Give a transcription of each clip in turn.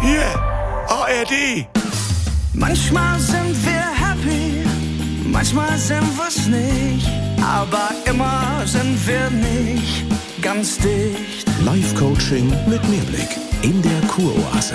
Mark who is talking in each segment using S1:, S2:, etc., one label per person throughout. S1: Hier, ARD.
S2: Manchmal sind wir happy, manchmal sind wir's nicht, aber immer sind wir nicht ganz dicht.
S3: Live-Coaching mit Mehrblick in der Kuroase.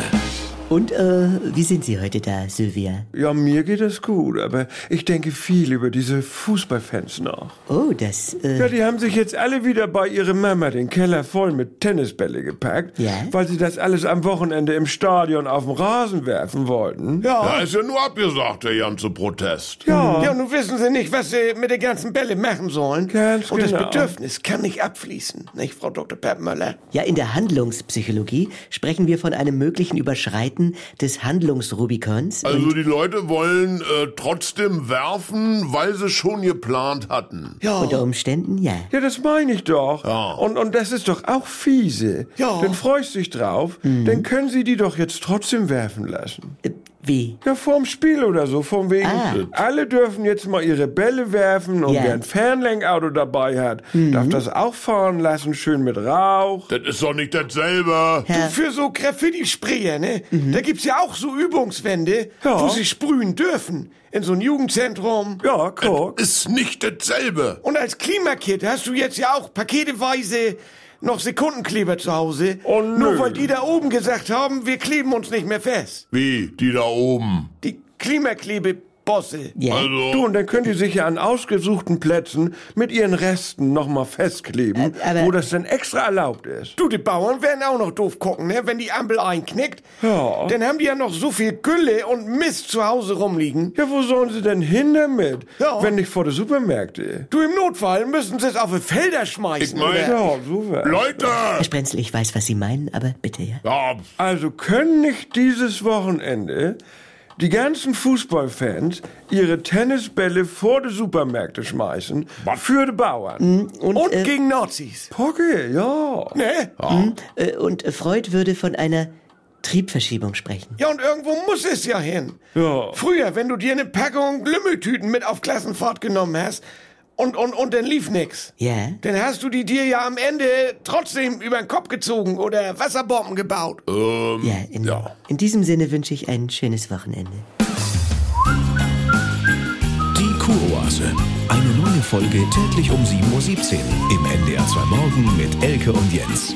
S4: Und äh, wie sind Sie heute da, Sylvia?
S5: Ja, mir geht es gut, aber ich denke viel über diese Fußballfans nach.
S4: Oh, das.
S5: Ja,
S4: Äh,
S5: die haben sich jetzt alle wieder bei ihrer Mama den Keller voll mit Tennisbälle gepackt,
S4: Ja?
S5: weil sie das alles am Wochenende im Stadion auf den Rasen werfen wollten.
S1: Ja.
S6: Da ist ja nur abgesagt, der ganze Protest.
S5: Ja.
S1: nun wissen Sie nicht, was Sie mit den ganzen Bällen machen sollen.
S5: Ganz
S1: Und das
S5: genau.
S1: Bedürfnis kann nicht abfließen, nicht, Frau Dr. Peppmöller?
S4: ja, in der Handlungspsychologie sprechen wir von einem möglichen Überschreiten des Handlungsrubikons.
S6: Also die Leute wollen äh, trotzdem werfen, weil sie schon geplant hatten.
S1: Ja.
S4: Unter Umständen, ja.
S5: Ja, das meine ich doch.
S6: Ja.
S5: Und, und das ist doch auch fiese.
S1: Ja. Mhm.
S5: Dann freust dich drauf, dann können sie die doch jetzt trotzdem werfen lassen.
S4: Äh, wie?
S5: Ja, vorm Spiel oder so, von wegen,
S4: Ah.
S5: alle dürfen jetzt mal ihre Bälle werfen und
S4: Ja.
S5: wer ein Fernlenkauto dabei hat, darf das auch fahren lassen, schön mit Rauch.
S6: Das ist doch nicht dasselbe.
S4: Ja.
S1: Für so Graffiti-Sprayer, ne? Da gibt's ja auch so Übungswände,
S5: Mhm. Ja.
S1: wo sie sprühen dürfen. In so einem Jugendzentrum.
S5: Ja, guck.
S6: Ist nicht dasselbe.
S1: Und als Klimakit hast du jetzt ja auch paketeweise noch Sekundenkleber zu Hause.
S5: Oh, nö.
S1: nur weil die da oben gesagt haben, wir kleben uns nicht mehr fest.
S6: Wie, die da oben.
S1: Die Klimaklebebosse.
S4: Ja.
S5: Du,
S6: Also,
S5: und dann könnt ihr sich ja an ausgesuchten Plätzen mit ihren Resten nochmal festkleben,
S4: Äh, aber-
S5: wo das dann extra erlaubt ist.
S1: Du, die Bauern werden auch noch doof gucken, ne? Wenn die Ampel einknickt,
S5: Ja.
S1: dann haben die ja noch so viel Gülle und Mist zu Hause rumliegen.
S5: Ja, wo sollen sie denn hin damit,
S1: Ja.
S5: wenn nicht vor der Supermärkte?
S1: Du, im Notfall müssen sie es auf die Felder schmeißen.
S6: Ich mein-
S1: oder?
S5: Ja, super.
S6: Leute!
S4: Herr Sprenzel, ich weiß, was Sie meinen, aber bitte, ja.
S6: Ja,
S5: Also können nicht dieses Wochenende die ganzen Fußballfans ihre Tennisbälle vor die Supermärkte schmeißen für die Bauern.
S1: und gegen Nazis.
S5: Pocke, ja.
S1: Ne?
S4: Äh, und Freud würde von einer Triebverschiebung sprechen.
S1: Ja, und irgendwo muss es ja hin.
S5: Ja.
S1: Früher, wenn du dir eine Packung Lümmeltüten mit auf Klassenfahrt genommen hast und, und, und dann lief nix,
S4: Ja?
S5: Ähm,
S1: dann hast du die dir ja am Ende trotzdem über den Kopf gezogen oder Wasserbomben gebaut.
S4: Ja, in, in diesem Sinne wünsche ich ein schönes Wochenende.
S3: Die Kuroase. Eine neue Folge täglich um 7.17 Uhr im NDR 2 Morgen mit Elke und Jens.